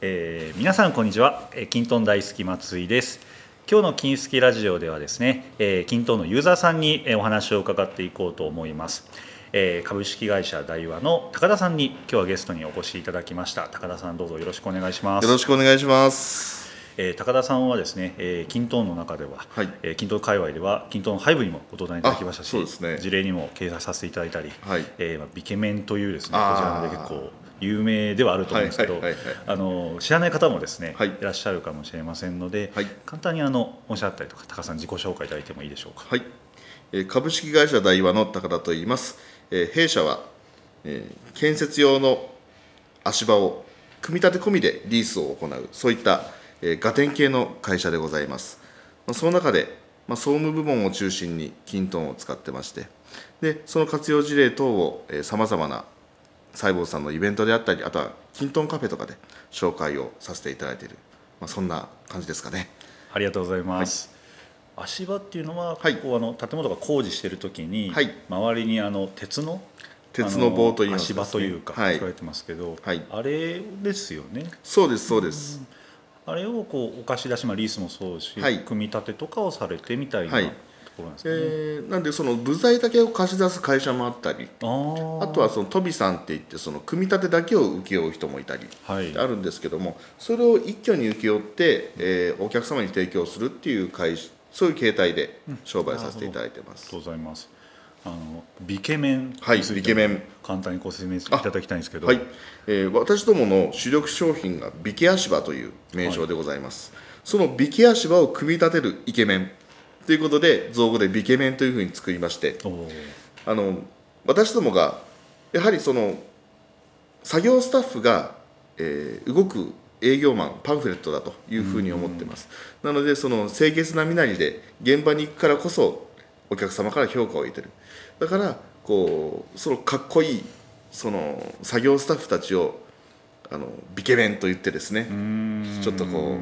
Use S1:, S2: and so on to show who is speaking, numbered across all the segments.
S1: えー皆さんこんにちは、えー、キントン大好き松井です今日の金スキラジオではですね、えー、キントンのユーザーさんにえーお話を伺っていこうと思います、えー株式会社大和の高田さんに今日はゲストにお越しいただきました高田さんどうぞよろしくお願いします
S2: よろしくお願いします。
S1: えー高田さんはですね、えー、キントーンの中では、
S2: はい
S1: えー、キントーン界隈ではキントーンハイブにもご登壇いただきましたし
S2: あそうですね
S1: 事例にも掲載させていただいたり、
S2: はい
S1: えーまあ、ビケメンというですねこ
S2: あー
S1: ちらので結構有名ではあると思うんですけど
S2: はいはいはいはい
S1: あの知らない方もですね、
S2: はい
S1: い、らっしゃるかもしれませんので、
S2: はい
S1: 簡単にあの御社だったりとか高田さん自己紹介いただいてもいいでしょうか。
S2: はい、えー株式会社大和の高田と言います。えー弊社は、えー建設用の足場を組み立て込みでリースを行うそういった、えー、ガテン系の会社でございます。まあ、その中で、まあ、総務部門を中心にキントンを使ってまして、でその活用事例等をさまざまな細胞さんのイベントであったり、あとはキントンカフェとかで紹介をさせていただいている、まあ、そんな感じですかね。
S1: ありがとうございます。足場っていうのは、
S2: はい
S1: こうあの建物が工事している時に、
S2: はい
S1: 周りにあの鉄の
S2: 鉄の棒といい
S1: あの
S2: ます
S1: 足
S2: か
S1: 場というか、
S2: はい
S1: 作られてますけど、
S2: はい
S1: あれですよね。
S2: そうですそうです。
S1: あれをこうお貸し出し、まあ、リースもそうだし、
S2: はい
S1: 組み立てとかをされてみたいな
S2: は
S1: と
S2: い
S1: ころなんですかね。
S2: えーなんでその部材だけを貸し出す会社もあったり
S1: あ
S2: あとはそのトビさんっていってその組み立てだけを請け負う人もいたり
S1: あ、はい、
S2: あるんですけどもそれを一挙に請け負って、えーお客様に提供するっていう会社そういう形態で商売させていただいて
S1: あ
S2: ま
S1: りが
S2: す、
S1: とうございます。あの美形面
S2: はい
S1: につても
S2: 美形面
S1: 簡単にご説明していただきたいんですけど、
S2: はいえー私どもの主力商品が美ケ足場という名称でございます、その美ケ足場を組み立てるイケメンということで造語で美ケメンというふうに作りまして
S1: おー
S2: あの私どもがやはりその作業スタッフが、えー動く営業マンパンフレットだというふうに思ってます、なのでその清潔な身なりで現場に行くからこそお客様から評価を得てるだからこうそのかっこいいその作業スタッフたちをあのビケメンと言ってですねちょっとこう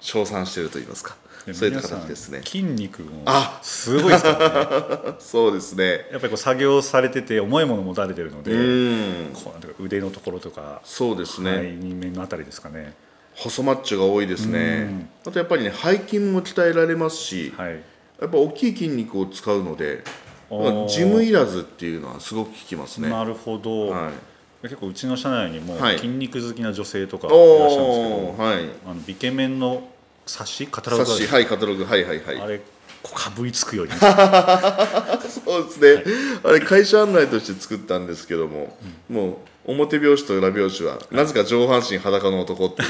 S2: 称賛してると言いますか
S1: で
S2: そういった
S1: 皆さん
S2: 形ですね
S1: 筋肉も
S2: あ
S1: すごいですからね。
S2: そうですね
S1: やっぱりこう作業されてて重いもの持たれてるの
S2: う
S1: で、
S2: ん
S1: こうなんていうか腕のところとか、
S2: そうですね、
S1: はい面のあたりですかね。
S2: 細マッチョが多いですね、あとやっぱりね背筋も鍛えられますし、
S1: はい。
S2: やっぱ大きい筋肉を使うので
S1: おー
S2: ジムいらずっていうのはすごく効きますね、
S1: なるほど、
S2: はい、
S1: 結構うちの社内にも
S2: はい
S1: 筋肉好きな女性とかいらっしゃるんですけど、
S2: おおはい
S1: あのビケメンの冊子カタログ
S2: 冊
S1: がある
S2: 子はいカタログはいはいはい
S1: あれこうかぶりつくように
S2: そうですね、あれ会社案内として作ったんですけども、もう表表紙と裏表紙はなぜか上半身裸の 男っていう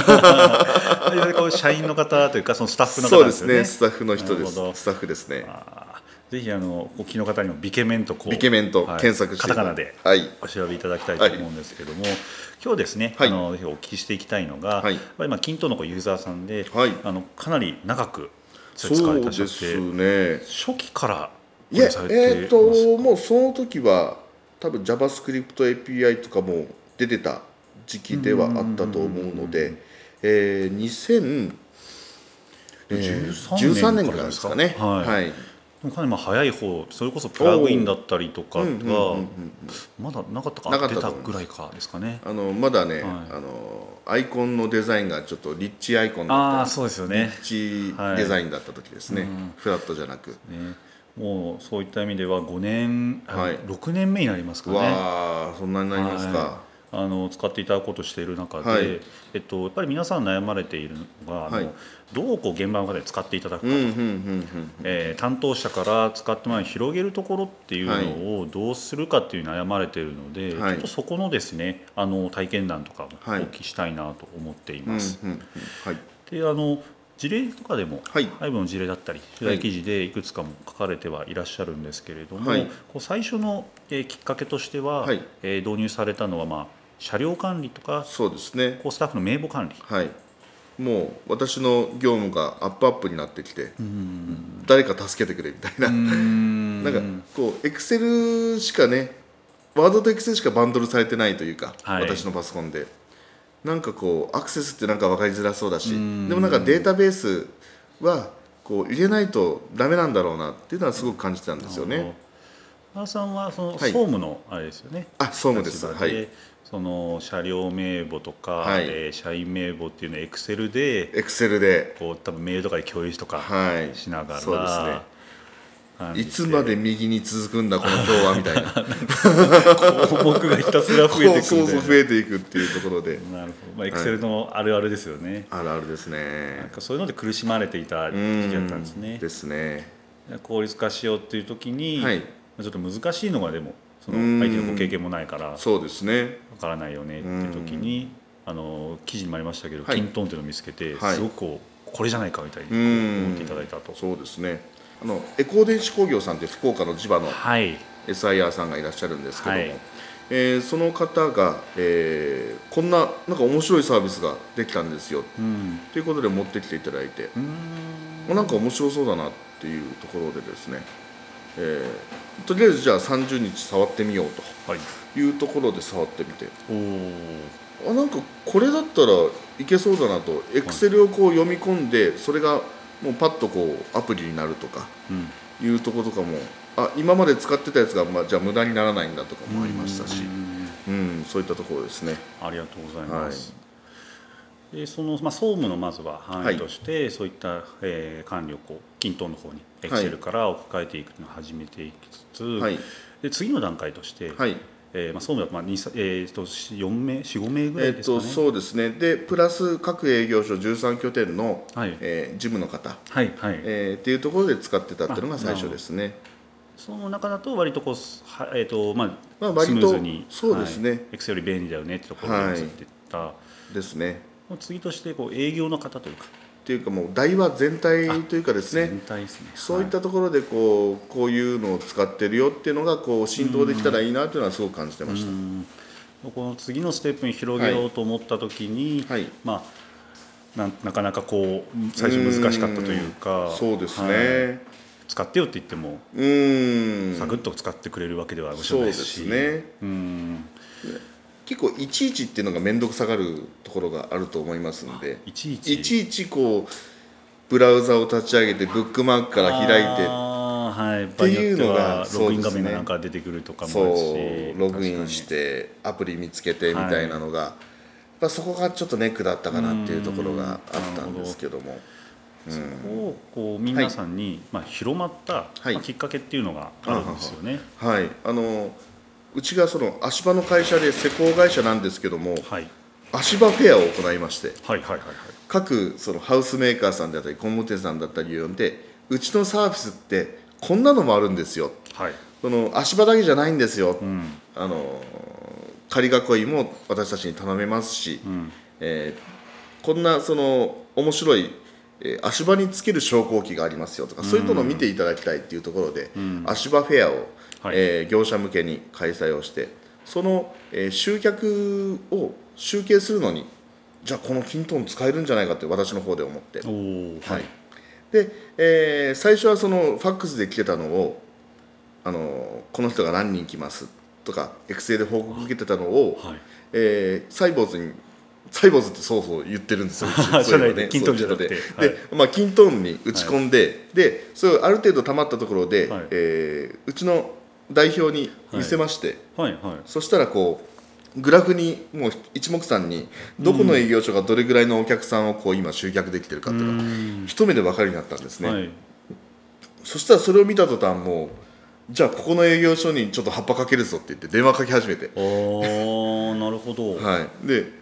S1: あれこう社員の方というかそのスタッフの
S2: そ
S1: 方
S2: うで
S1: ですすよ
S2: ね
S1: ね。
S2: スタッフの人で
S1: なるほど
S2: すスタッフですね
S1: あーぜひあのお聞きの方にもビケメンとこう
S2: ビケメンと検索して
S1: はい、カタカナで
S2: はい
S1: お調べいただきたいと思うんですけども、今日ですね、
S2: はい
S1: あのぜひお聞きしていきたいのが、
S2: はい
S1: やっぱりまあ金とのこうユーザーさんで、
S2: はい
S1: あのかなり長く使
S2: そ
S1: われ
S2: う
S1: てらっしゃ
S2: で
S1: って、
S2: すね
S1: 初期から
S2: いや、え
S1: され
S2: ー、
S1: てます
S2: ともうその時は多分 JavaScript API とかも出てた時期ではあったと思うので、えー、2000えー
S1: 13
S2: 13
S1: 年
S2: 年
S1: か
S2: からら
S1: で
S2: ですす
S1: か
S2: かね、
S1: はい
S2: はい
S1: でもかなりまあ早い方それこそプラグインだったりとかが
S2: うんうんうんうん
S1: まだなかった
S2: な
S1: か
S2: かった
S1: 出
S2: と
S1: た
S2: 思います
S1: ぐらいかですかね
S2: あのまだね、
S1: はい
S2: あのアイコンのデザインがちょっとリッチアイコン
S1: あ
S2: だ
S1: あ
S2: った
S1: そうですよね
S2: リッチデザインだった時ですね、フラットじゃなく、
S1: ねもうそういった意味では5年、あ
S2: はい
S1: 6年目になりますか
S2: う
S1: ね
S2: わあそんなになりますか、
S1: はいあの使っていただこうとしている中で、
S2: はい
S1: えっと、やっぱり皆さん悩まれているのが、あの
S2: はい
S1: どうこう現場の方で使っていただくか、
S2: うんうんうんうん
S1: えー担当者から使ってもらう広げるところっていうのをどうするかっていう悩まれているので、
S2: はい
S1: ちょっとそこのですねあの体験談とかもお
S2: はい
S1: 聞きしたいなと思ってい
S2: うんうんう
S1: ま
S2: ん
S1: す。
S2: はい
S1: であの事例とかでも、
S2: はい
S1: 内部の事例だったり取材記事でいくつかも書かれてはいらっしゃるんですけれども、
S2: はい
S1: こう最初の、えーきっかけとしては、
S2: はい
S1: えー導入されたのは、まあ、車両管理とか
S2: そうですね
S1: こうスタッフの名簿管理
S2: はい、もう私の業務がアップアップになってきて誰か助けてくれみたいな なんかこうエクセルしかねワードとエクセルしかバンドルされてないというか、
S1: はい
S2: 私のパソコンでなんかこうアクセスってなんか分かりづらそうだしでもなんかデータベースはこう入れないとダメなんだろうなっていうのはすごく感じてたんですよね。
S1: あ原さんはその総
S2: はい
S1: 務のあれですよね、
S2: あ総務です
S1: 立場
S2: はい
S1: その車両名簿とか、
S2: はい
S1: えー社員名簿っていうのをエクセルで
S2: エクセルで、
S1: こう多分メールとかで共有とか
S2: はい、
S1: しながら、
S2: そうですね
S1: 管理
S2: い
S1: して
S2: つまで右に続くんだこの今日はみたいな
S1: 項目がひたすら増えていく
S2: そう
S1: みたい
S2: そう
S1: な
S2: 増えていくっていうところで
S1: なるほどまあエクセルのあるあるですよね、
S2: あるあるです
S1: なん
S2: ね
S1: かそういうので苦しまれていた時期だったんです
S2: う
S1: ね
S2: んですね
S1: 効率化しようっていう時に、
S2: はい
S1: まあちょっと難しいのがでもその
S2: うん
S1: 相手のご経験もないからわ
S2: そうですね
S1: からないよねっていう時にあの記事にもありましたけど、
S2: はい
S1: キントンっていうのを見つけて、
S2: はい
S1: すごくこうこれじゃないかみたいにこ
S2: う
S1: うん思っていただいたと。
S2: そうですねあのエコー電子工業さんという福岡の地場の
S1: はい、
S2: SIR さんがいらっしゃるんですけども、
S1: はい
S2: えーその方が、えーこんななんか面白いサービスができたんですよ
S1: うん
S2: ということで持ってきていただいて、
S1: うーん
S2: もうなんか面白そうだなっていうところでですね、えーとりあえずじゃあ30日触ってみよう
S1: はい、
S2: というところで触ってみて
S1: おー
S2: あなんかこれだったらいけそうだなとエクセルをこう読み込んでそれがもうパッとこうアプリになるとか
S1: うん
S2: いうところとかもあ今まで使ってたやつが、まあ、じゃあ無駄にならないんだとかもありましたし
S1: う、ん
S2: うん、そういったところですね。
S1: ありがとうございます。でそのまあ、総務のまずは範囲として、そういった、えー管理をこう均等の方にエクセルから置き換えていくのを始めていきつつ、
S2: はい、
S1: で次の段階として、
S2: はい
S1: えーまあ、総務だと、まあにさえー、と4名45名ぐら
S2: え
S1: い
S2: っ
S1: ですか
S2: と
S1: ね。
S2: そうですねでプラス各営業所13拠点の、
S1: はい
S2: えー事務の方、
S1: はいはい、
S2: えーっていうところで使ってたっていうのが最初ですね。
S1: その中だと割とこうすはえっ、とまあ、
S2: まあ割と
S1: スムーズに
S2: そうですね
S1: エクセルより便利だよねってところが移っていった、
S2: ですね。
S1: もう次としてこう営業の方というか
S2: っていうかもう台は全体というかです
S1: 全
S2: ね
S1: 体ですね。
S2: そういったところでこうこういうのを使ってるよっていうのがこう浸透できたらいいなというのはすごく感じてまし
S1: うんこの次のステップに広げようと思った時に、
S2: はい
S1: まあ、なんなかなかこう最初難しかったという
S2: た、
S1: か
S2: そうです
S1: はい
S2: ね、
S1: 使ってよって言っても
S2: うーん
S1: サクッと使ってくれるわけではもちろん
S2: そう
S1: な
S2: で
S1: いですし
S2: すね
S1: うん
S2: 結構いちいちっていうのが面倒くさがるところがあると思いますので
S1: いちいち
S2: いちいちこうブラウザを立ち上げてブックマークから開いて
S1: あーはい、
S2: ていうのが
S1: 場合によってはログイン画
S2: そうです
S1: 面
S2: ね
S1: がなんか出てくるとかもあるし、
S2: そうログインしてアプリ見つけてみたいなのが、まあ、そこがちょっとネックだったかなっていうところがあったんですけども
S1: 確かにそこをこう皆さんに、まあ、広まった、
S2: はい
S1: まあきっかけっていうのがあるんですよね。
S2: はいあのうちがその足場の会社で施工会社なんですけども
S1: はい、
S2: 足場フェアを行いまして
S1: はい、はいはいはい
S2: 各そのハウスメーカーさんであったり工務店さんだったりを呼んでうちのサービスってこんなのもあるんですよ
S1: はい
S2: その足場だけじゃないんですよ、
S1: うん
S2: あの仮囲いも私たちに頼めますし、
S1: うん
S2: えーこんなその面白い、えー足場につける昇降機がありますよとか、そういったのを見ていただきたいっていうところで、足場フェアを、
S1: はい
S2: えー業者向けに開催をしてその、えー集客を集計するのにじゃあこのキントン使えるんじゃないかって私の方で思って、
S1: おー
S2: はい、で、えー最初はそのファックスで来てたのをあのこの人が何人来ますとかエクセルで報告受けてたのを、
S1: はい
S2: えーサイボーズにサイボーズってそうそう言ってるんで すよ
S1: あ
S2: そうい
S1: じゃ
S2: えば
S1: ないキントーンじゃなくて
S2: そう
S1: は
S2: いうの
S1: い
S2: でで、まあ、キントーンに打ち込んで、でそれをある程度溜まったところで、
S1: はい
S2: えーうちの代表に見せまして、
S1: はいはい
S2: そしたらこうグラフにもう一目散にどこの営業所がどれぐらいのお客さんをこう今集客できてるかっていうのが一目で分かるようになったんですね、
S1: はい、
S2: そしたらそれを見た途端もうじゃあここの営業所にちょっと葉っぱかけるぞって言って電話かけ始めて、
S1: あーなるほど、
S2: はい、で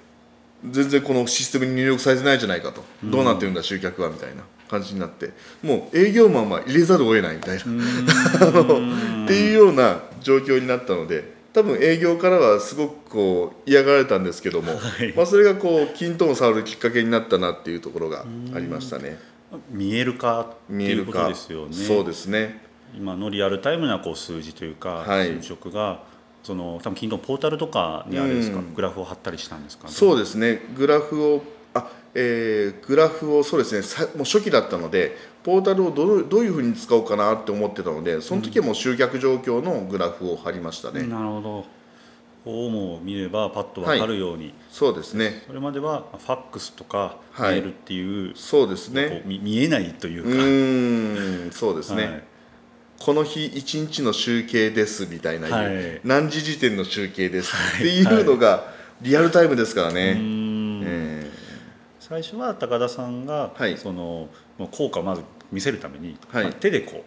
S2: 全然このシステムに入力されてないじゃないかと、どうなってるんだ集客はみたいな感じになってもう営業マンは入れざるを得ないみたいなあの っていうような状況になったので多分営業からはすごくこう嫌がられたんですけども、
S1: はい
S2: まあ、それがこう均等を触るきっかけになったなっていうところがありましたね
S1: 見える化って
S2: 見え
S1: いう
S2: る
S1: こと
S2: か
S1: ですよね
S2: そうですね
S1: 今のリアルタイムなこう数字というか、
S2: はい
S1: 進捗がその多分金のポータルとかにあれですか、
S2: うん
S1: グラフを貼ったりしたんですかね
S2: そうですね、グラフを、あえーグラフをそうですねさ、もう初期だったので、ポータルをどうどういうふうに使おうかなって思ってたので、その時はもう集客状況のグラフを貼りましたね、
S1: なるほどこうも見ればパッと分かるように、
S2: そうですね、
S1: それまではまあファックスとかメ
S2: はい
S1: ールっていう、
S2: そうです
S1: こ
S2: ね、
S1: うみ見えないといううか、
S2: ーん、そうですね、
S1: はい
S2: この日1日の集計ですみたいな、
S1: はい
S2: 何時時点の集計ですっていうのがリアルタイムですからね、え
S1: 最初は高田さんが、
S2: はい
S1: そのもう効果をまず見せるために、
S2: はい
S1: まあ手でこ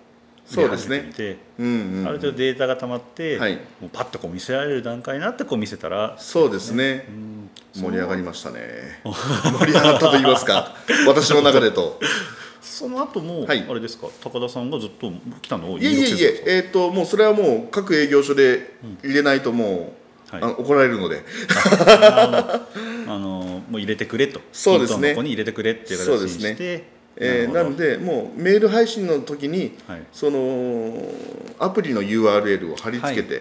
S1: う
S2: そうですね
S1: 見てみて
S2: ーうんうん
S1: ある程度データが溜まって、
S2: はい
S1: もうパッとこう見せられる段階になってこう見せたら
S2: そうですね
S1: うん
S2: 盛り上がりましたね盛り上がったと言います か私の中でと
S1: その後も、
S2: はい
S1: あれですか高田さんがずっと来たのを
S2: いえいえいえ、えー、ともうそれはもう各営業所で入れないともう、
S1: はい
S2: あの怒られるので
S1: あのあのもう入れてくれと
S2: そうですね
S1: 均等のここに入れてくれっていう形に
S2: そう
S1: し
S2: です
S1: て、
S2: えーな
S1: るほ
S2: のでもうメール配信の時に
S1: どはい
S2: そのアプリの URL を貼り付けて、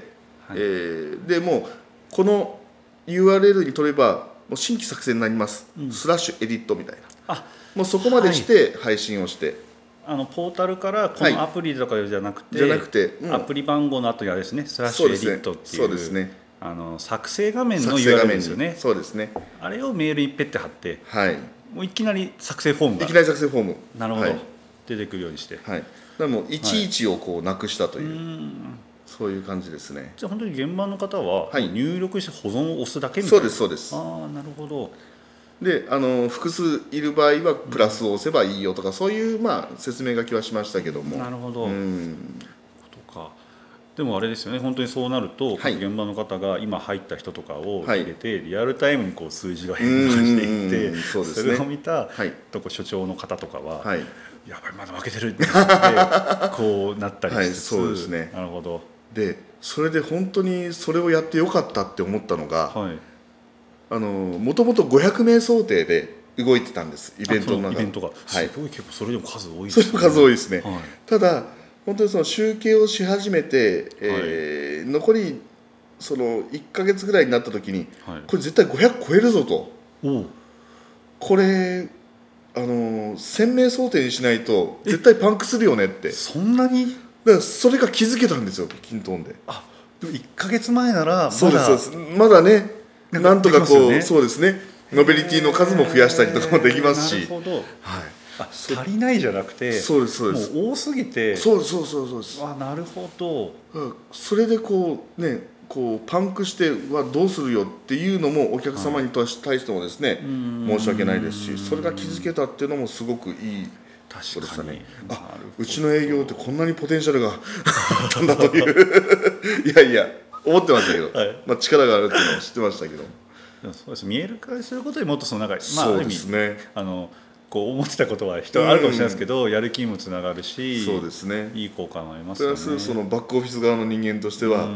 S1: はい
S2: えーでもうこの URL に取ればもう新規作戦になります、スラッシュエディットみたいな
S1: あ
S2: もうそこまでして配信をして、
S1: あのポータルからこ
S2: はい
S1: のアプリとかじゃなくて、
S2: じゃなくて、うん
S1: アプリ番号の後にあれですねスラッシ
S2: そ
S1: ュ
S2: う
S1: エデ
S2: で
S1: ィ
S2: す
S1: ッ
S2: ね
S1: トっていう
S2: そうですね
S1: あの作成画面の
S2: 作成画
S1: URL
S2: 面
S1: で
S2: に
S1: すよね
S2: そうですね
S1: あれをメールにペッて貼って
S2: はい
S1: もういきなり作成フォーム
S2: い
S1: が
S2: きなり作成フォーム
S1: なるほど、
S2: はい、
S1: 出てくるようにして
S2: はい、だからもういちいちをこうなくしたという、
S1: うん
S2: そういう感じですね
S1: じゃあ本当に現場の方は、
S2: はい
S1: 入力して保存を押すだけみたいな
S2: そうですそうです
S1: ああなるほど
S2: であの複数いる場合はプラスを押せばいいよとかそういう、まあ、説明書きはしましたけども
S1: なるほど、
S2: うん
S1: とかでもあれですよね本当にそうなると、
S2: はい
S1: 現場の方が今入った人とかを
S2: はい
S1: 入れて、リアルタイムにこう数字が変化していって
S2: うんうんうんそうですね
S1: れを見た、
S2: はい
S1: とこ所長の方とかは、
S2: はい
S1: やばいまだ負けてるってなってこうなったりしつつ、
S2: はいそうですね
S1: なるほど
S2: でそれで本当にそれをやってよかったって思ったのが
S1: はい
S2: もともと500名想定で動いてたんですイベントの
S1: あそ
S2: 中
S1: イベントが、
S2: はい
S1: すごい結構それでも数多いで
S2: それも数多いですね、
S1: はい
S2: ただ本当にその集計をし始めて、えー残りその1か月ぐらいになった時に
S1: はい
S2: これ絶対500超えるぞと
S1: おう
S2: これあの1000名想定にしないと絶対パンクするよねってだか
S1: そんなに
S2: らそれが気づけたんですよキントンで
S1: あでも1か月前ならまだ
S2: そうですそうですまだねなんとか
S1: できま
S2: こ
S1: すよ
S2: う、
S1: ね
S2: そうですねノベリティの数も増やしたりとかもできます
S1: な
S2: し
S1: る、ほど
S2: はい、
S1: あ足りないじゃなくて
S2: そうですそうです
S1: もう多すぎて
S2: そうですそうですそうです
S1: あなるほど
S2: うんそれでこうねこうパンクしてはどうするよっていうのもお客様に対し対してもですね
S1: ん
S2: 申し訳ないですしそれが気づけたっていうのもすごくいいことでしたね
S1: 確かにな
S2: あ
S1: るほど
S2: うちの営業ってこんなにポテンシャルが あったんだとい ういやいや思ってましたけど、
S1: はい
S2: まあ、力があるっていうのは知ってましたけど、
S1: でもそうです見える化することにもっとその中まあ
S2: そうです
S1: ある意味
S2: ね
S1: あのこう思ってたことは人あるかもしれないですけど、やる気にもつながるし
S2: そうですね
S1: いい効果もあります
S2: プ
S1: よね
S2: ラスそのバックオフィス側の人間としてはわ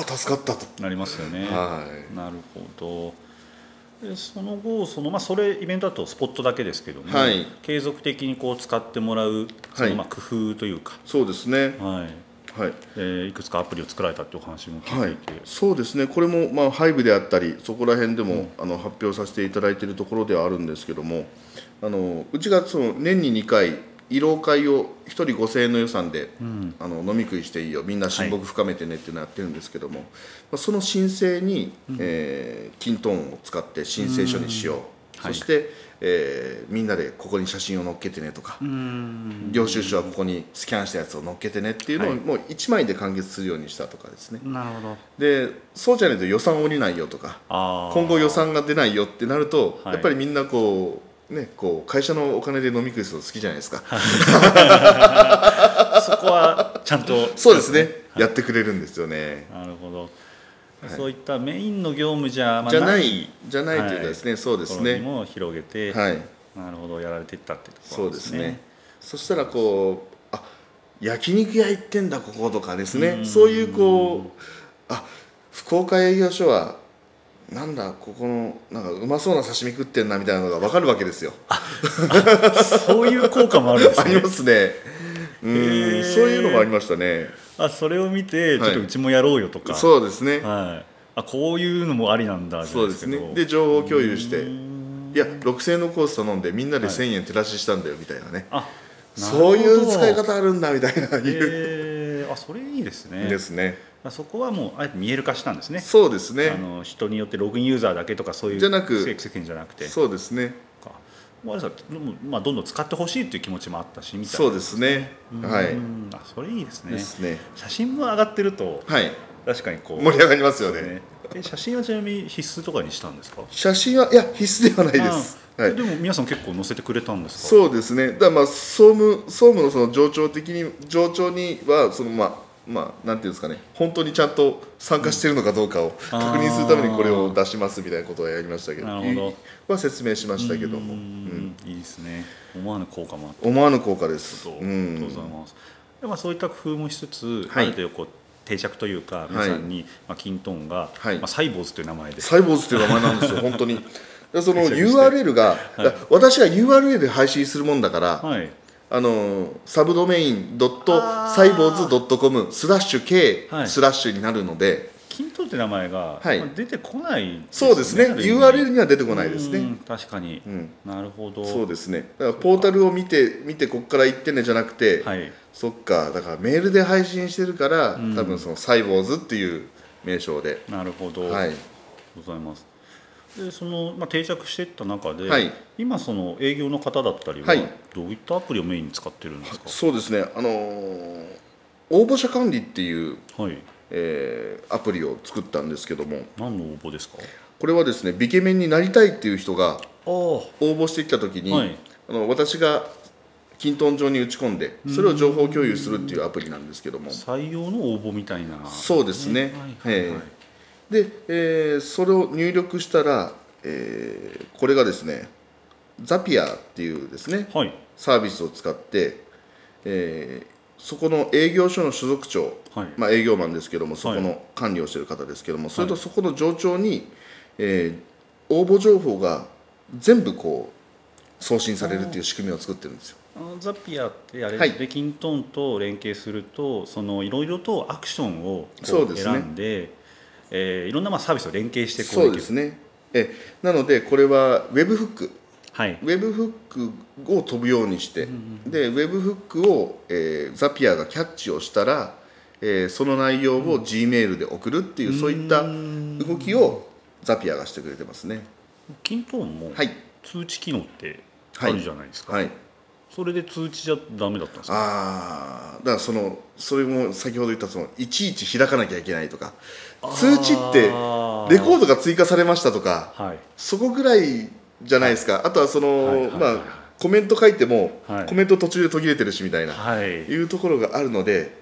S2: あ助かったと、
S1: なりますよね
S2: はい
S1: なるほどでその後その、まあ、それイベントだとスポットだけですけども、
S2: はい
S1: 継続的にこう使ってもらうその、
S2: はい
S1: まあ、工夫というか、
S2: そうですね
S1: はい
S2: はい
S1: えーいくつかアプリを作られたってお話も
S2: は
S1: 聞い
S2: い
S1: ていて、、
S2: そうですね、これも、まあ、ハイブであったり、そこら辺でも、あの発表させていただいているところではあるんですけども、あのうちがその年に2回、慰労会を1人5000円の予算で、あの飲み食いしていいよ、みんな親睦深めてねっていうのやってるんですけども、まあその申請に、えー、キントーンを使って申請書にしよう、
S1: はい
S2: そして、えーみんなでここに写真を載っけてねとか、
S1: うん
S2: 領収書はここにスキャンしたやつを載っけてねっていうのを、
S1: はい
S2: もう1枚で完結するようにしたとかですね。
S1: なるほど
S2: でそうじゃないと予算下りないよとか
S1: あー
S2: 今後予算が出ないよってなると、
S1: はい
S2: やっぱりみんなこうねこう会社のお金で飲み食いするの好きじゃないですか、
S1: そこはちゃんと
S2: そうですね、やってくれるんですよね
S1: なるほど、そういったメインの業務じゃ,、まあ
S2: じゃないじゃないという
S1: は
S2: か
S1: い
S2: ですね、そうで
S1: と
S2: す
S1: ころに
S2: ね
S1: も広げて、
S2: はい
S1: なるほどやられていったってとこ
S2: そ
S1: ろ
S2: う
S1: で
S2: です
S1: す
S2: ね
S1: ね
S2: そしたらこうあ焼肉屋行ってんだこことかですねそういうこうあ福岡営業所はなんだここのなんかうまそうな刺身食ってんなみたいなのが分かるわけですよ
S1: そういう効果もあるんです
S2: あ
S1: ね
S2: りますね。う
S1: へ
S2: ん、
S1: ー
S2: そういうのもありましたね。
S1: あそれを見てちょっとうちもやろうよとか、
S2: そうですね。
S1: はい、あこういうのもありなんだじゃ
S2: そ
S1: な
S2: う
S1: い
S2: で
S1: です
S2: す
S1: けど
S2: ね。で情報共有して、
S1: うー
S2: い
S1: ん
S2: や6000円のコース頼んでみんなで1000円照らししたんだよみたいなね。
S1: あなるほど
S2: そういう使い方あるんだみたいないう、
S1: えーあそれいいですね
S2: ですね。
S1: あそこはもうあえて見える化したんですね
S2: そうです
S1: あ
S2: ね。
S1: の人によってログインユーザーだけとかそういう
S2: じゃなく
S1: 制限じゃなくて
S2: そうですね。
S1: かまあ、まあどんどん使ってほしいという気持ちもあったしみたいな
S2: そうですねは
S1: う
S2: い
S1: んあそれいいですね
S2: ですね
S1: 写真も上がってると
S2: はい
S1: 確かにこう
S2: 盛り上がりますよ
S1: そうです
S2: ね
S1: ねえ写真はちなみに必須とかにしたんですか
S2: 写真はいや必須ではないです
S1: あ
S2: はい
S1: でも皆さん結構載せてくれたんですか
S2: そうですね、だからまあ総務総務のその上長的に上長にはそのまあまあなんていうんですかね、本当にちゃんと参加しているのかどうかを確認するためにこれを出しますみたいなことはやりましたけど、
S1: なるほ
S2: は説明しましたけども、
S1: う
S2: うん
S1: んいいですね思わぬ効果もあって
S2: 思わぬ効果です。
S1: と
S2: う
S1: ありがとうござい
S2: ん、
S1: ます、でまあ、そういった工夫もしつつ、
S2: はい
S1: ある程度こう定着というか皆さんに、まあ、キントンが、
S2: はい
S1: まあ、サイボーズという名前で、
S2: サイボーズっていう名前なんですよ、本当 に。でその
S1: めちゃくちゃ
S2: URL が、だから私が URL で配信するもんだから、
S1: はい、
S2: あのサブドメインドットサイボーズ .com スラッシュ K
S1: はい
S2: スラッシュになるので、
S1: キントンって名前が、
S2: はい
S1: まあ出てこないです
S2: そうですね
S1: ある意味
S2: URL には出てこないですね
S1: うん確かに、
S2: ん
S1: なるほど
S2: そうですねだからポータルを見て見てこっから行ってねじゃなくて、
S1: はい
S2: そっかだからメールで配信してるから、多分そのサイボーズっていう名称で、
S1: なるほど、
S2: はい、
S1: ございますでその、まあ、定着していった中で、
S2: はい
S1: 今その営業の方だったりは、
S2: はい
S1: どういったアプリをメインに使ってるんですか
S2: そうですねあのー応募者管理っていう、
S1: はい
S2: えーアプリを作ったんですけども
S1: 何の応募ですか
S2: これはですねビケメンになりたいっていう人が
S1: ああ
S2: 応募してきた時に、
S1: はい
S2: あの私が均等上に打ち込んでそれを情報共有するっていうアプリなんですけども
S1: 採用の応募みたいな
S2: そうですね
S1: はいはいはい
S2: えで、えーそれを入力したら、えーこれがですねザピアっていうですね
S1: はい
S2: サービスを使って、えーそこの営業所の所属長、
S1: はい
S2: まあ、営業マンですけどもそこ
S1: は
S2: の管理をしている方ですけども、それとそこの上長に、えー応募情報が全部こう送信されるっていう仕組みを作ってるんですよ。
S1: あのザピアってあれ、
S2: はい
S1: でキントンと連携するとそのいろいろとアクションをこう
S2: そうですね
S1: 選んで、えーいろんなまあサービスを連携してこ
S2: そう
S1: き
S2: で
S1: る
S2: すねえなのでこれは Webhook
S1: はい
S2: ウェブフックを飛ぶようにして、でウェブフックを、えーザピアがキャッチをしたら、えーその内容を G メールで送るっていう、そういった動きをザピアがしてくれてますね。
S1: キントンも
S2: はい、
S1: 通知機能ってあるじゃないですか、
S2: はい、
S1: それで通知じゃダメだったんですか
S2: ああだからそのそれも先ほど言ったそのいちいち開かなきゃいけないとか通知ってレコ
S1: あー
S2: ードが追加されましたとか
S1: はい
S2: そこぐらいじゃないですかあとはその、
S1: はいはいはいはい
S2: まあコメント書いても、
S1: はい
S2: コメント途中で途切れてるしみたいな。
S1: はい
S2: いうところがあるので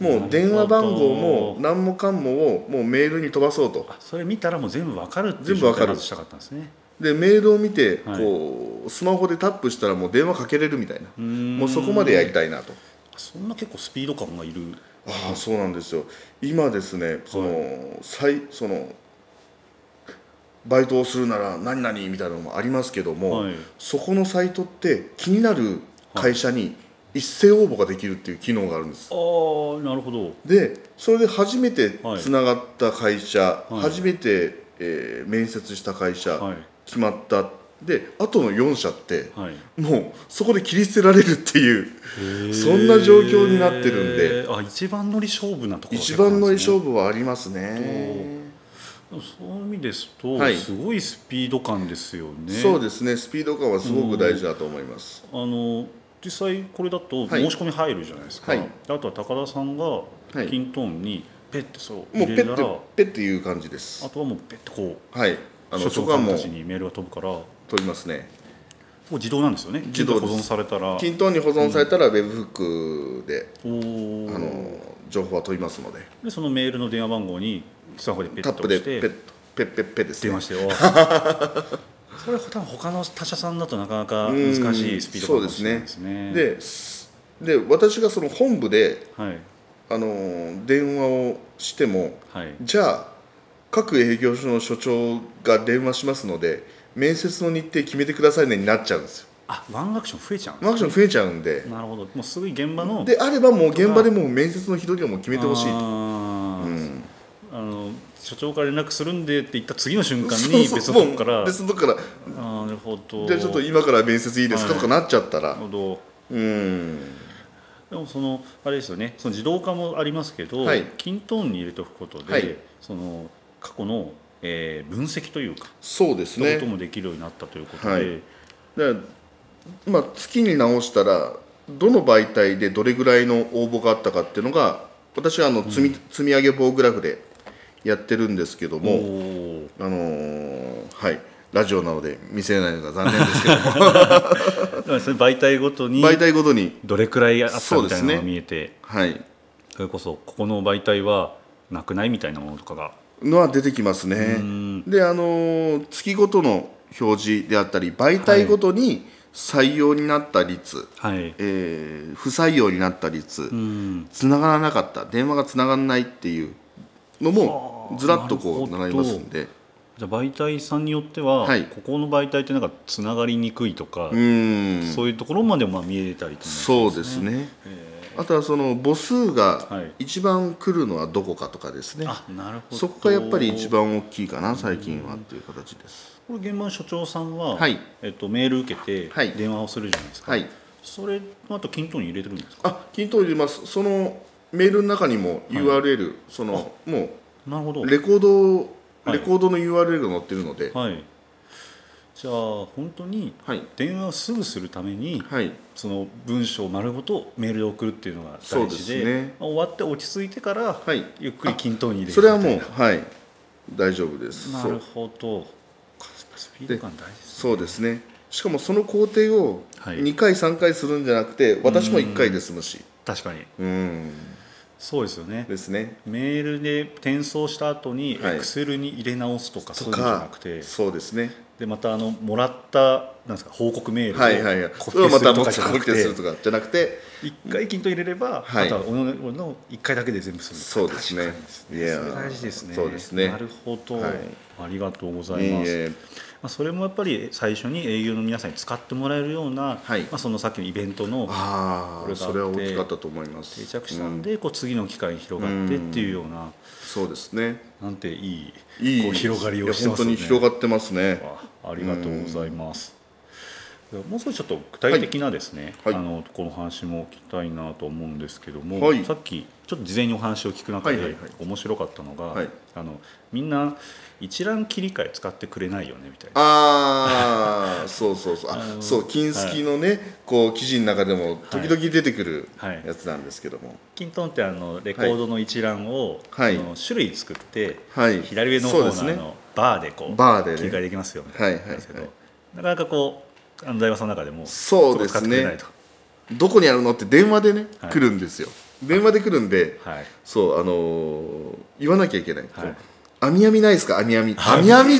S1: なるほ
S2: も
S1: ど
S2: う電話番号も何もかんもをもうメールに飛ばそうと
S1: あそれ見たらもう全部わかるっていう
S2: 全部
S1: 状
S2: わか
S1: 態
S2: る
S1: まずしたかったんですね
S2: でメールを見て
S1: はい
S2: こう、スマホでタップしたらもう電話かけれるみたいな
S1: も
S2: もうそこまでやりたいなと
S1: そんな結構スピード感がいる
S2: ああそうなんですよ今ですねその、最そのバイトをするなら何々みたいなのもありますけども、
S1: はい
S2: そこのサイトって気になる会社に一斉応募ができるっていう機能があるんです
S1: ああなるほど
S2: でそれで初めて
S1: はい
S2: つながった会社、
S1: い
S2: 初めて、えー面接した会社、
S1: はい
S2: 決まったであとの4社って、
S1: はい
S2: もうそこで切り捨てられるってい う
S1: そ
S2: そんな状況になってるんで
S1: あ一番乗り勝負なところ
S2: 一番の勝
S1: 負
S2: 負はありますね、
S1: そういう意味ですと、
S2: はい
S1: すごいスピード感ですよね
S2: そう
S1: す
S2: ですねスピード感はすごく大事だと思います、
S1: あの実際これだと
S2: はい
S1: 申し込み入るじゃないですか、
S2: はい
S1: あとは高田さんが
S2: い
S1: キントーンにペッてそう
S2: も
S1: 入
S2: うペ
S1: れた
S2: ッ
S1: ら、
S2: てペッていう感じです
S1: あとはもうペッてこ
S2: はいあ
S1: う
S2: の
S1: 所
S2: そ
S1: 長
S2: こは
S1: さん
S2: も
S1: た
S2: う
S1: ちにメールが飛ぶからも
S2: 取りますね
S1: う自動なんですよね
S2: 自動です
S1: 保存されたら
S2: 均等に保存されたらウェブフックで、
S1: おー
S2: あの情報は飛びますので
S1: でそのメールの電話番号にスマホでペッ
S2: タ
S1: と
S2: ップで
S1: 押し
S2: ペ
S1: て
S2: ットペッペッペッです
S1: 電
S2: ね
S1: 話してよ それ多分他の他社さんだとなかなか難しいスピード感かもしれないですね
S2: ですねでで私がその本部で、
S1: はい
S2: あのー電話をしても
S1: はい
S2: じゃあ各営業所の所長が電話しますので面接の日程決めてくださいねになっちゃうんですよ
S1: あワンアクション増えちゃうんで
S2: ワンアクション増えちゃうんです
S1: なるほどもうすぐに現場の
S2: であればもう現場でもう面接の日取りはもう決めてほしい
S1: あ
S2: と
S1: ー
S2: ん
S1: あの所長から連絡するんでって言った次の瞬間
S2: そう
S1: に
S2: そう
S1: 別のとこか
S2: も
S1: ら
S2: う別のとこから
S1: あーなるほど
S2: じゃあちょっと今から面接いいですか
S1: はい
S2: とかなっちゃった
S1: な
S2: ら、
S1: るほど
S2: うん
S1: でもそのあれですよねその自動化もありますけど、
S2: はい
S1: 均等に入れておくことで、
S2: はい
S1: その過去の、えー分析というか
S2: そうです
S1: そういう
S2: ね
S1: こともできるようになったということで、
S2: はいでまあ、月に直したらどの媒体でどれぐらいの応募があったかっていうのが私はあの積み,、積み上げ棒グラフでやってるんですけど
S1: お
S2: も、
S1: ー
S2: あのーはい、ラジオなので見せれないのが残念ですけども
S1: だからそれ媒体ごとに
S2: 媒体ごとに、
S1: どれくらいあった
S2: そう
S1: み
S2: で
S1: たい
S2: す
S1: な
S2: ね
S1: のが見えて
S2: はい、
S1: それこそここの媒体はなくないみたいなものとかが
S2: のは出てきますね。で、あのー月ごとの表示であったり媒体ごとに採用になった率、
S1: はい
S2: えー不採用になった率、
S1: うん
S2: 繋がらなかった電話が繋がらないっていうのも
S1: あー
S2: ずらっとこう
S1: なるほど
S2: 並びますんで
S1: じゃあ媒体さんによっては、
S2: はい
S1: ここの媒体ってなんかつながりにくいとか
S2: う、ーん
S1: そういうところまでもまあ見えたりとか
S2: そうですねあとはその母数
S1: は
S2: が
S1: い
S2: 一番来るのはどこかとかですね、
S1: あなるほど
S2: そこがやっぱり一番大きいかな最近はっていう形です
S1: これ現場の所長さんは、
S2: はい
S1: えっと、メール受けて
S2: はい
S1: 電話をするじゃないですか、
S2: はい
S1: それのあと均等に入れてるんですか
S2: あ均等に入れますそのメールの中にも URL、そのも
S1: なるほど
S2: うレコード
S1: はい
S2: レコードの URL が載ってるので
S1: はいじゃあ本当に
S2: はい
S1: 電話をすぐするために
S2: はい
S1: その文章を丸ごとメールで送るっていうのが
S2: そ
S1: 大
S2: うで
S1: 事
S2: す
S1: で
S2: ね
S1: まあ終わって落ち着いてから、
S2: はい
S1: ゆっくり均等に入れる
S2: それはもうはい大丈夫です
S1: な
S2: そう
S1: るほどスピード感大事ですね
S2: そうですねしかもその工程を
S1: はい
S2: 2回3回するんじゃなくて私も1回で済むし
S1: 確かに
S2: うん
S1: そうですよね
S2: ですね
S1: メールで転送した後に
S2: はい
S1: エクセルに入れ直すとか
S2: と
S1: そういうのじゃな
S2: か
S1: くて
S2: そうですね
S1: でまたあのもらったなんですか報告メール
S2: はいはいは
S1: を
S2: い
S1: コ
S2: そ
S1: ピ
S2: れを
S1: ー
S2: ますた
S1: る
S2: 持
S1: と
S2: ち
S1: かじゃな
S2: 込
S1: く
S2: てす
S1: て
S2: るとかじゃなくて
S1: 一回均等に入れれば、
S2: はい
S1: あとはおのおの一回だけで全部する
S2: そうですね
S1: 確かに
S2: いやー
S1: それ大事ですね
S2: そうですね
S1: なるほど、
S2: はい
S1: ありがとうござ
S2: い
S1: い
S2: い
S1: ます
S2: え
S1: まあ、それもやっぱり最初に営業の皆さんに使ってもらえるような、
S2: はい
S1: まあ、そのさっきのイベントの
S2: あ
S1: こ
S2: あ
S1: れがあって
S2: それは大きかったと思います
S1: 定着した
S2: うんん
S1: で、こう次の機会に広がってっていうような、
S2: そうですね
S1: なんていい
S2: いい
S1: こう広がりをしてますよ
S2: い
S1: ね
S2: や本当に広がってますね
S1: あありがとうございます。もう少しちょっと具体的なですね、
S2: はい
S1: あのこの話も聞きたいなと思うんですけども、
S2: はい
S1: さっきちょっと事前にお話を聞く中で、
S2: はいはいはい
S1: 面白かったのが、
S2: はい
S1: あのみんな一覧切り替え使ってくれないよねみたいな。
S2: ああそうそうそう
S1: あの
S2: あそう金すきのね、こう記事の中でも時々出てくる
S1: はい
S2: やつなんですけども
S1: キントンってあのレコードの一覧を、
S2: はい
S1: あの種類作って、
S2: はい
S1: 左上の方
S2: そう
S1: の,、
S2: ですね
S1: あのバーでこう
S2: バーでね
S1: 切り替えできますよみたいなやつけど、
S2: はいは
S1: なかなかこうあの大和さんの中でも
S2: そうです
S1: こ使
S2: ね
S1: ってくれないと、
S2: どこにあるのって電話でね、
S1: はい
S2: 来るんですよ電話で来るんで
S1: はい、
S2: そうあのー言わなきゃいけない、
S1: はい
S2: こう網網ないですか網網網網っ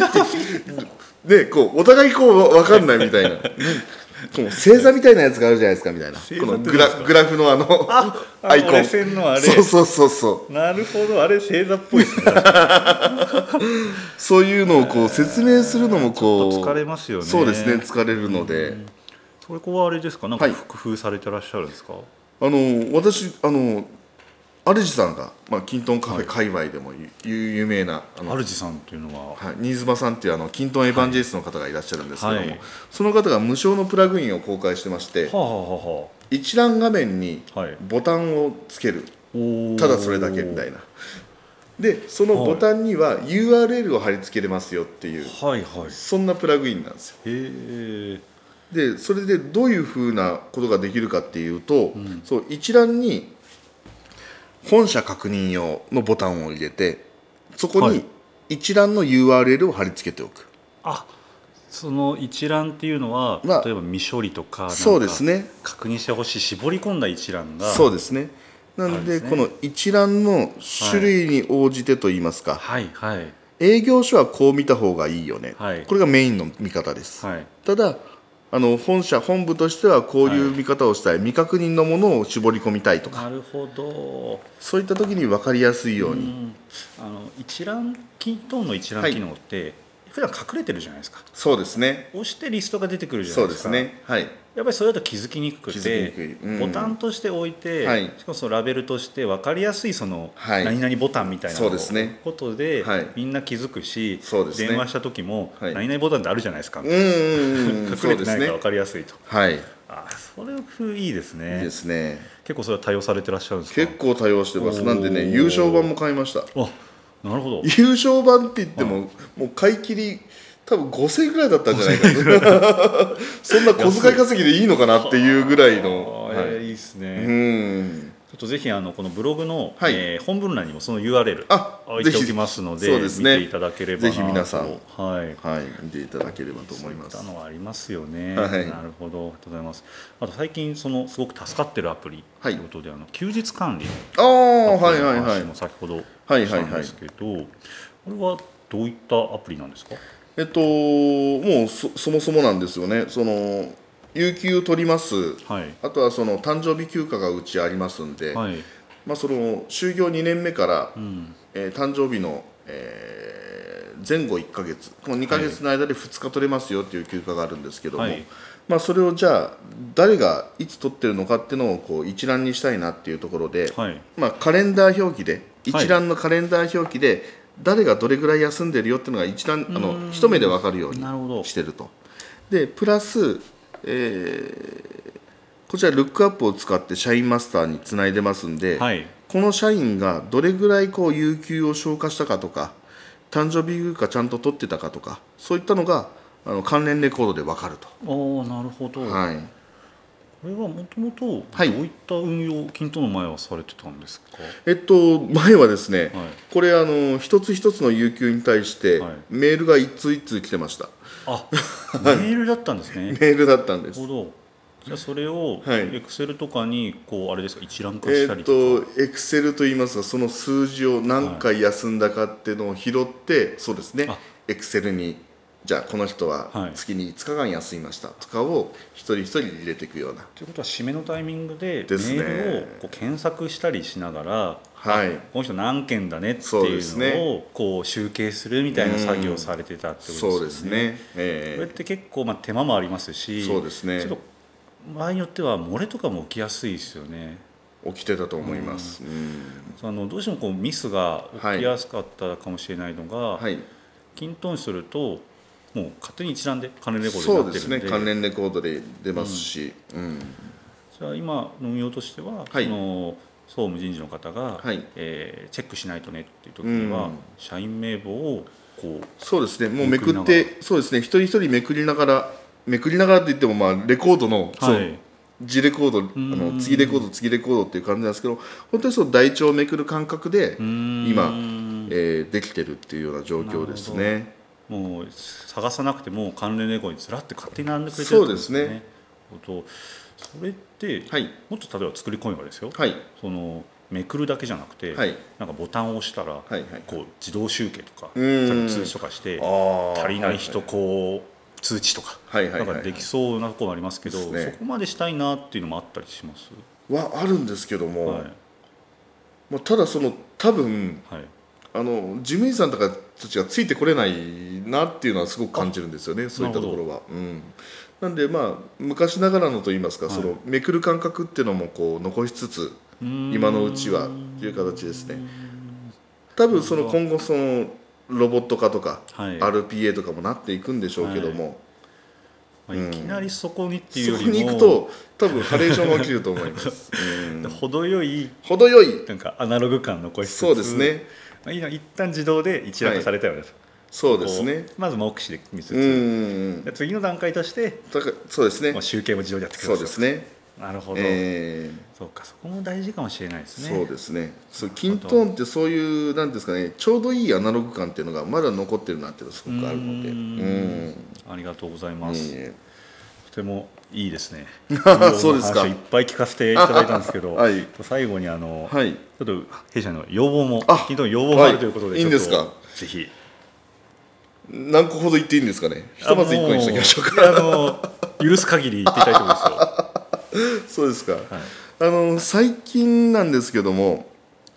S2: てねこうお互いこう分かんないみたいなこう星座みたいなやつがあるじゃないですかみたいな
S1: 星座
S2: この
S1: って
S2: グ
S1: なん
S2: ラ
S1: ですか
S2: グラフのあの
S1: ああの
S2: アイコン
S1: 折れ線のあれ
S2: そうそうそうそう
S1: なるほどあれ星座っぽいですね
S2: そういうのをこう説明するのもこう
S1: ちょっと疲れますよね
S2: そうですね疲れるので
S1: それこはあれですかなんか
S2: はい
S1: 工夫されてらっしゃるんですか、
S2: あの私あのアルジさんがまあキントンカフェ界隈でもゆ有名なあの
S1: 主さんっていうのは、
S2: はい新妻さんっていうあのキントンエヴァンジェリストの方がいらっしゃるんですけども、
S1: はい
S2: その方が無償のプラグインを公開してまして
S1: はあ、はあはあは
S2: 一覧画面に
S1: はい
S2: ボタンをつける
S1: あおー
S2: ただそれだけみたいなでそのボタンには URL を貼り付けれますよっていう
S1: はいはい
S2: そんなプラグインなんですよ
S1: へえ
S2: でそれでどういうふうなことができるかっていうと、そう一覧に本社確認用のボタンを入れてそこ
S1: は
S2: に
S1: い
S2: 一覧の URL を貼り付けておく、
S1: あその一覧っていうのは、
S2: まあ
S1: 例えば未処理とかなんか
S2: そうですね
S1: 確認してほしい絞り込んだ一覧が
S2: そうですねなの
S1: あ
S2: で
S1: るんですね
S2: この一覧の種類に応じてといいますか、
S1: はいはい
S2: 営業所はこう見た方がいいよね、
S1: はい
S2: これがメインの見方です、
S1: はい
S2: ただあの本社本部としてはこういう見方をしたい、未確認のものを絞り込みたいとか
S1: なるほど
S2: そういった時に分かりやすいように、
S1: あの一覧機能の一覧機能って、普段隠れてるじゃないですか
S2: そうですね
S1: 押してリストが出てくるじゃな
S2: そ
S1: いうで
S2: ですす
S1: か
S2: ねはい
S1: やっぱりそれだと気づきにくく
S2: 気
S1: て
S2: づきにくいうん
S1: ボタンとして置いて、
S2: はい
S1: しかもそのラベルとして分かりやすいその、
S2: はい
S1: 何々ボタンみたいなのを
S2: そうですね
S1: 置くことで、
S2: はい
S1: みんな気づくし、
S2: そうですね
S1: 電話した時も、
S2: はい
S1: 何々ボタンってあるじゃないですか、
S2: うんうんうん
S1: 隠
S2: そ
S1: れ
S2: う
S1: て
S2: で
S1: ないから
S2: す
S1: 分
S2: ね
S1: かりやすいと
S2: はいい
S1: あそれ風いいです
S2: い
S1: ね
S2: ですね
S1: 結構それは対応されてらっしゃるんですか
S2: 結構対応してます
S1: おー
S2: なんでね優勝版も買いました
S1: あなるほど
S2: 優勝版って言っても、もう買い切り多分5000円ぐらいだったんじゃない かなそんな小遣い稼ぎでいいのかなっていうぐらいの、
S1: あー
S2: はい
S1: えーいいですね、
S2: う
S1: ち
S2: ん
S1: ょっとぜひあのこのブログの、
S2: はい
S1: えー本文欄にもその URL
S2: あ
S1: 置い
S2: ぜ
S1: てお
S2: ひ
S1: きますので
S2: そうですね
S1: 見ていただければなと
S2: ぜひ皆さん
S1: はい
S2: はい見ていただければと思いま
S1: そう
S2: す
S1: いったのはありますよね、
S2: はい
S1: なるほどありがとうございますあと最近そのすごく助かってるアプリと
S2: はいいう
S1: ことで、あの休日管理
S2: ああ
S1: の
S2: はいはいは
S1: 話
S2: い
S1: も先ほどした
S2: はいはい
S1: ん
S2: は
S1: で
S2: い
S1: すけど、これはどういったアプリなんですか
S2: えっともうそそもそもなんですよねその有給取ります
S1: はい
S2: あとはその誕生日休暇がうちありますんで、
S1: はい、
S2: まあ、その就業2年目から、
S1: うん、
S2: えー誕生日の、えー前後1ヶ月この2ヶ月の間で2日取れますよっていう休暇があるんですけども、
S1: はい
S2: まあ、それをじゃあ誰がいつ取ってるのかっていうのをこう一覧にしたいなっていうところで、
S1: はい
S2: まあ、カレンダー表記で
S1: はい
S2: 一覧のカレンダー表記で誰がどれぐらい休んでるよっていうのが一覧あの一目で分かるように
S1: なるほど
S2: してるとでプラス、えーこちらルックアップを使って社員マスターにつないでますんで、
S1: はい
S2: この社員がどれぐらいこう有給を消化したかとか誕生日休暇ちゃんと取ってたかとかそういったのがあの関連レコードで分かると、
S1: おおなるほど、
S2: はい、
S1: これはもともとどう
S2: はい
S1: いった運用を金との前はされてたんですか、
S2: えっと前はですね、
S1: はい
S2: これあの一つ一つの有給に対して、
S1: はい
S2: メールが一通一通来てました
S1: あメールだったんですね
S2: メ
S1: な
S2: ールだったんで
S1: る
S2: す
S1: ほどじゃあそれを
S2: はい
S1: エクセルとかにこうあれですか一覧化
S2: え
S1: した
S2: っ
S1: りと
S2: とエクセルといいますかその数字を何回休んだかっていうのを拾って、そうですね
S1: あ
S2: エクセルにじゃあこの人
S1: は
S2: はい月に5日間休みましたとかを一人一人入れていくような
S1: ということは締めのタイミングでメ
S2: ですね
S1: ールをこう検索したりしながら
S2: はい
S1: この人何件だねって
S2: そうで
S1: いう
S2: す
S1: のを
S2: ね
S1: こう集計するみたいな作業をされてたってこ
S2: そ
S1: と
S2: う
S1: で
S2: ですす
S1: よね。
S2: ね
S1: これっ
S2: え
S1: て結構まあ手間もありますし
S2: えそうですね
S1: ちょっと場合によっては漏れとかも起きやすいですよね。
S2: 起きてたと思います、うん
S1: あのどうしてもこうミスが起きやすかったかもしれないのが、
S2: はい
S1: 均等にするともう勝手に一覧で関連レコー
S2: そ
S1: ド
S2: う
S1: にな
S2: で
S1: って
S2: す
S1: るん
S2: ね
S1: で
S2: 関連レコードで出ますし、うん
S1: じゃあ今の運用としては、
S2: はい
S1: その総務人事の方が、
S2: はい
S1: えーチェックしないとねっていう時には、
S2: うん
S1: 社員名簿をこう
S2: そうですねもう
S1: め
S2: め
S1: くり
S2: く
S1: なが
S2: っ
S1: ら
S2: てそうですね一人一人めくりながらめくりながらって言ってもまあレコードの、そ
S1: は
S2: う
S1: い
S2: 字レコード
S1: ん
S2: あの次レコード次レコードっていう感じなんですけど本当にそう台帳をめくる感覚で今、えーできてるっていうような状況ですね
S1: もう探さなくても関連レコードにずらって勝手に並んでくれてるってこと
S2: そうですね
S1: ことそれって、
S2: はい
S1: もっと例えば作り込めばですよ、
S2: はい
S1: そのめくるだけじゃなくて、
S2: はい
S1: なんかボタンを押したら、
S2: はいはい
S1: こう自動集計とか、
S2: うん
S1: 通知とかして
S2: あー
S1: 足りない人こう通知とか、
S2: はいはいはい
S1: なんかできそうなところありますけど、
S2: ですね
S1: そこまでしたいなっていうのもあったりします。
S2: はあるんですけども、
S1: はい
S2: まあ、ただその多分
S1: はい。
S2: あの事務員さんとかたちがついてこれないなっていうのはすごく感じるんですよねそういったところは。うんなんでまあ昔ながらのといいますか、
S1: はい
S2: そのめくる感覚っていうのもこう残しつつ今のうちはという形ですね多分その今後そのロボット化とか、
S1: はい
S2: RPA とかもなっていくんでしょうけども、
S1: まあ、いきなりそこにっていうよ
S2: そこ
S1: りも、
S2: に行くと多分ハレーションが起きると思 います、うん
S1: 程よい
S2: 程よい
S1: なんかアナログ感残しつつ、
S2: そうですね
S1: まあ、いいの一旦自動で一覧化されたような、
S2: そうですね
S1: こうまず目視で見つつ、
S2: うん
S1: で次の段階として、
S2: だからそうですね
S1: まあ、集計も自動でやってくれ
S2: そうですね
S1: なるほど、
S2: えー
S1: そうかそこも大事かもしれないですね
S2: そうですね。そう均等ってそういうなんですかね、ちょうどいいアナログ感っていうのがまだ残ってるなっていうのがすごくあるので、
S1: う
S2: うんん、
S1: ありがとうございます、
S2: いえいえ
S1: とてもいいですね
S2: そうですか
S1: いろんな話をいっぱい聞かせていただいたんですけど、
S2: はい
S1: 最後にあの、
S2: はい、
S1: ちょっと弊社の要望も
S2: あ
S1: 均等に要望があるということで、
S2: はい
S1: ちょっと
S2: いいんですか
S1: ぜひ
S2: 何個ほど言っていいんですかね。ひとまず一個にしておきましょうか。
S1: かあの許す限り言っていきたいと思います よ
S2: そうですか。あの最近なんですけども、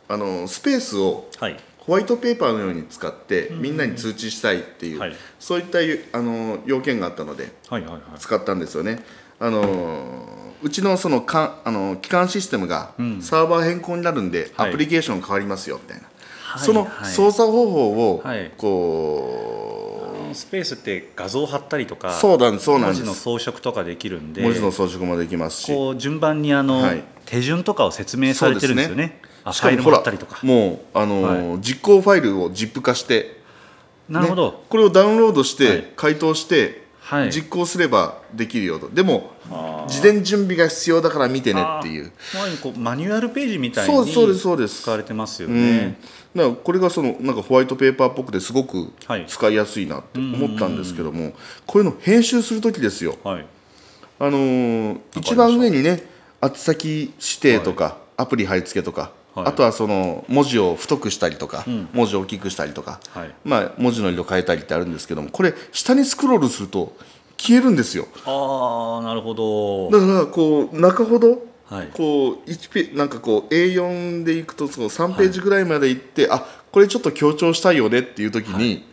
S2: あのスペースを
S1: はい
S2: ホワイトペーパーのように使ってみんなに通知したいっていう、
S1: はい
S2: そういったゆあの要件があったので
S1: はいはいはい
S2: 使ったんですよね。あのうちのそのかあの基幹システムがサーバー変更になるんで、
S1: はい
S2: アプリケーション変わりますよみたいな、
S1: はい
S2: その
S1: はい
S2: 操作方法を
S1: はい
S2: こう、
S1: スペースって画像を貼ったりとか
S2: そうなんそうなん
S1: 文
S2: で
S1: 字の
S2: す
S1: 装飾とかできるんで
S2: 文字の装飾もできますし
S1: こう順番にあの、
S2: はい
S1: 手順とかを説明されてるんですよね。あ
S2: し
S1: ファ
S2: か
S1: イル
S2: も
S1: も
S2: ほ
S1: らっ
S2: ら
S1: たりとか。
S2: もうあのー実行ファイルを ZIP 化して
S1: なるほど、
S2: ねこれをダウンロードして、
S1: はい
S2: 回答して、
S1: はい
S2: 実行すればできるよとでも事前準備が必要だから見てねっていう
S1: あーまあこうマニュアルページみたい
S2: そう
S1: に
S2: そうですそうです
S1: 使われてますよ
S2: うん、だ
S1: ね、
S2: からこれがそのなんかホワイトペーパーっぽくてすごく
S1: はい
S2: 使いやすいなって思ったんですけども、こういうの編集する時ですよ、
S1: はい
S2: あのー一番上にね宛先指定とか、アプリ貼り付けとか、
S1: はい
S2: あとはその文字を太くしたりとか、文字を大きくしたりとか、
S1: はい
S2: まあ、文字の色変えたりってあるんですけどもこれ下にスクロールすると消えるんですよ
S1: ああなるほど
S2: だからこう中ほど
S1: はい
S2: こう1ペなんかこう A4 でいくとその3ページぐらいまで行って、あこれちょっと強調したいよねっていう時に、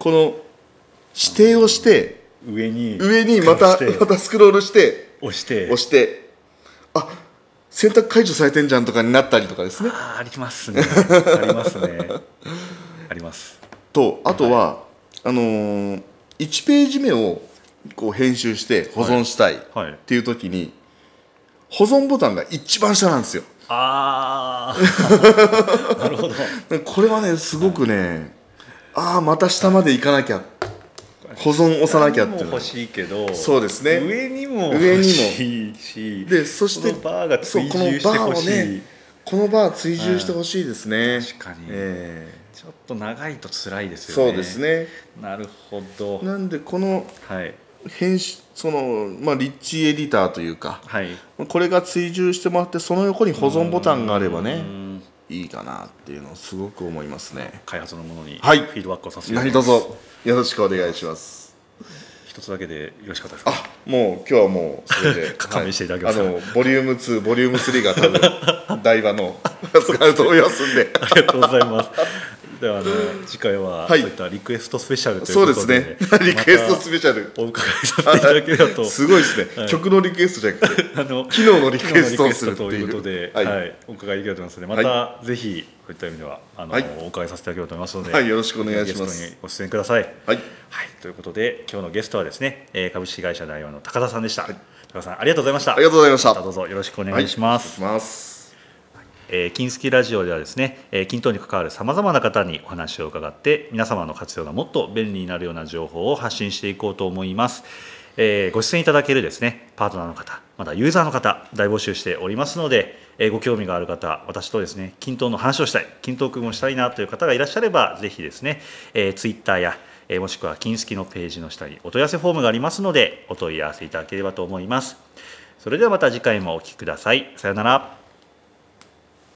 S2: この指定をして
S1: 上に
S2: 上にまた
S1: スクロールして
S2: またスクロールして
S1: 押して
S2: 押してあ選択解除されてんじゃんとかになったりとかですね
S1: あーありますねあります ねあります
S2: とあとは、あのー、1ページ目をこう編集して保存したいっ
S1: はい
S2: ていう時に、保存ボタンが一番下なんですよ
S1: あ あなるほど
S2: なんかこれはねすごくね、ああまた下まで行かなきゃ保存押さなきゃって
S1: も
S2: いうの
S1: 欲しいけど
S2: そうですね
S1: 上にも
S2: 上にも
S1: 欲しいし
S2: でそして
S1: このバーが追
S2: そうこの
S1: 従して
S2: バーを
S1: ほしい、
S2: ねこのバー追従してほしいですね、
S1: 確かに
S2: え
S1: ちょっと長いと辛いで
S2: え
S1: すよね
S2: そうですね
S1: なるほど
S2: なんでこの
S1: はい
S2: 編集その、まあ、リッチエディターというか
S1: はい
S2: これが追従してもらってその横に保存ボタンがあればねいいかなっていうのをすごく思いますね
S1: 開発のものにフ
S2: はい
S1: ィードバックをさせていた
S2: 何
S1: だきま
S2: どう
S1: す、
S2: ぞよろしくお願いします
S1: 一つだけでよろしかったですか
S2: あもう今日はもうそ れで
S1: 勘弁していただけますか
S2: はいあのボリューム2ボリューム3が多分台場 のやつがあると思いますんで
S1: ありがとうございます。ではあの次回は、
S2: はい
S1: そういったリクエストスペシャルという
S2: そう
S1: こ
S2: で
S1: と
S2: す
S1: で、
S2: ね リクエストスペシャル
S1: またお伺いさせていただければと、
S2: すごいですね、曲のリクエストじゃなくて
S1: あの
S2: 機能のリクエストをするって
S1: 機
S2: い
S1: 能の
S2: う
S1: リクエストということで、
S2: は
S1: はいい、お伺いできればと思いますので、また、ぜひそういった意味ではあの、
S2: はい
S1: お伺いさせていただければと思いますので、
S2: はいよろしくお願いします
S1: ゲストにご出演ください。
S2: はい
S1: はい、ということで今日のゲストはですね、えー株式会社代表の高田さんでした。高田さんありがとうございました。
S2: ありがとうございました
S1: またどうぞよろしくお
S2: は
S1: 願いします。
S2: お願いします
S1: えー、金スキラジオではですね、えー、金等に関わるさまざまな方にお話を伺って皆様の活用がもっと便利になるような情報を発信していこうと思います、えーご出演いただけるですねパートナーの方まだユーザーの方大募集しておりますので、えーご興味がある方私とですね均等の話をしたい均等君をしたいなという方がいらっしゃればぜひですね、えー、ツイッターやえーもしくは金スキのページの下にお問い合わせフォームがありますのでお問い合わせいただければと思いますそれではまた次回もお聞きくださいさようなら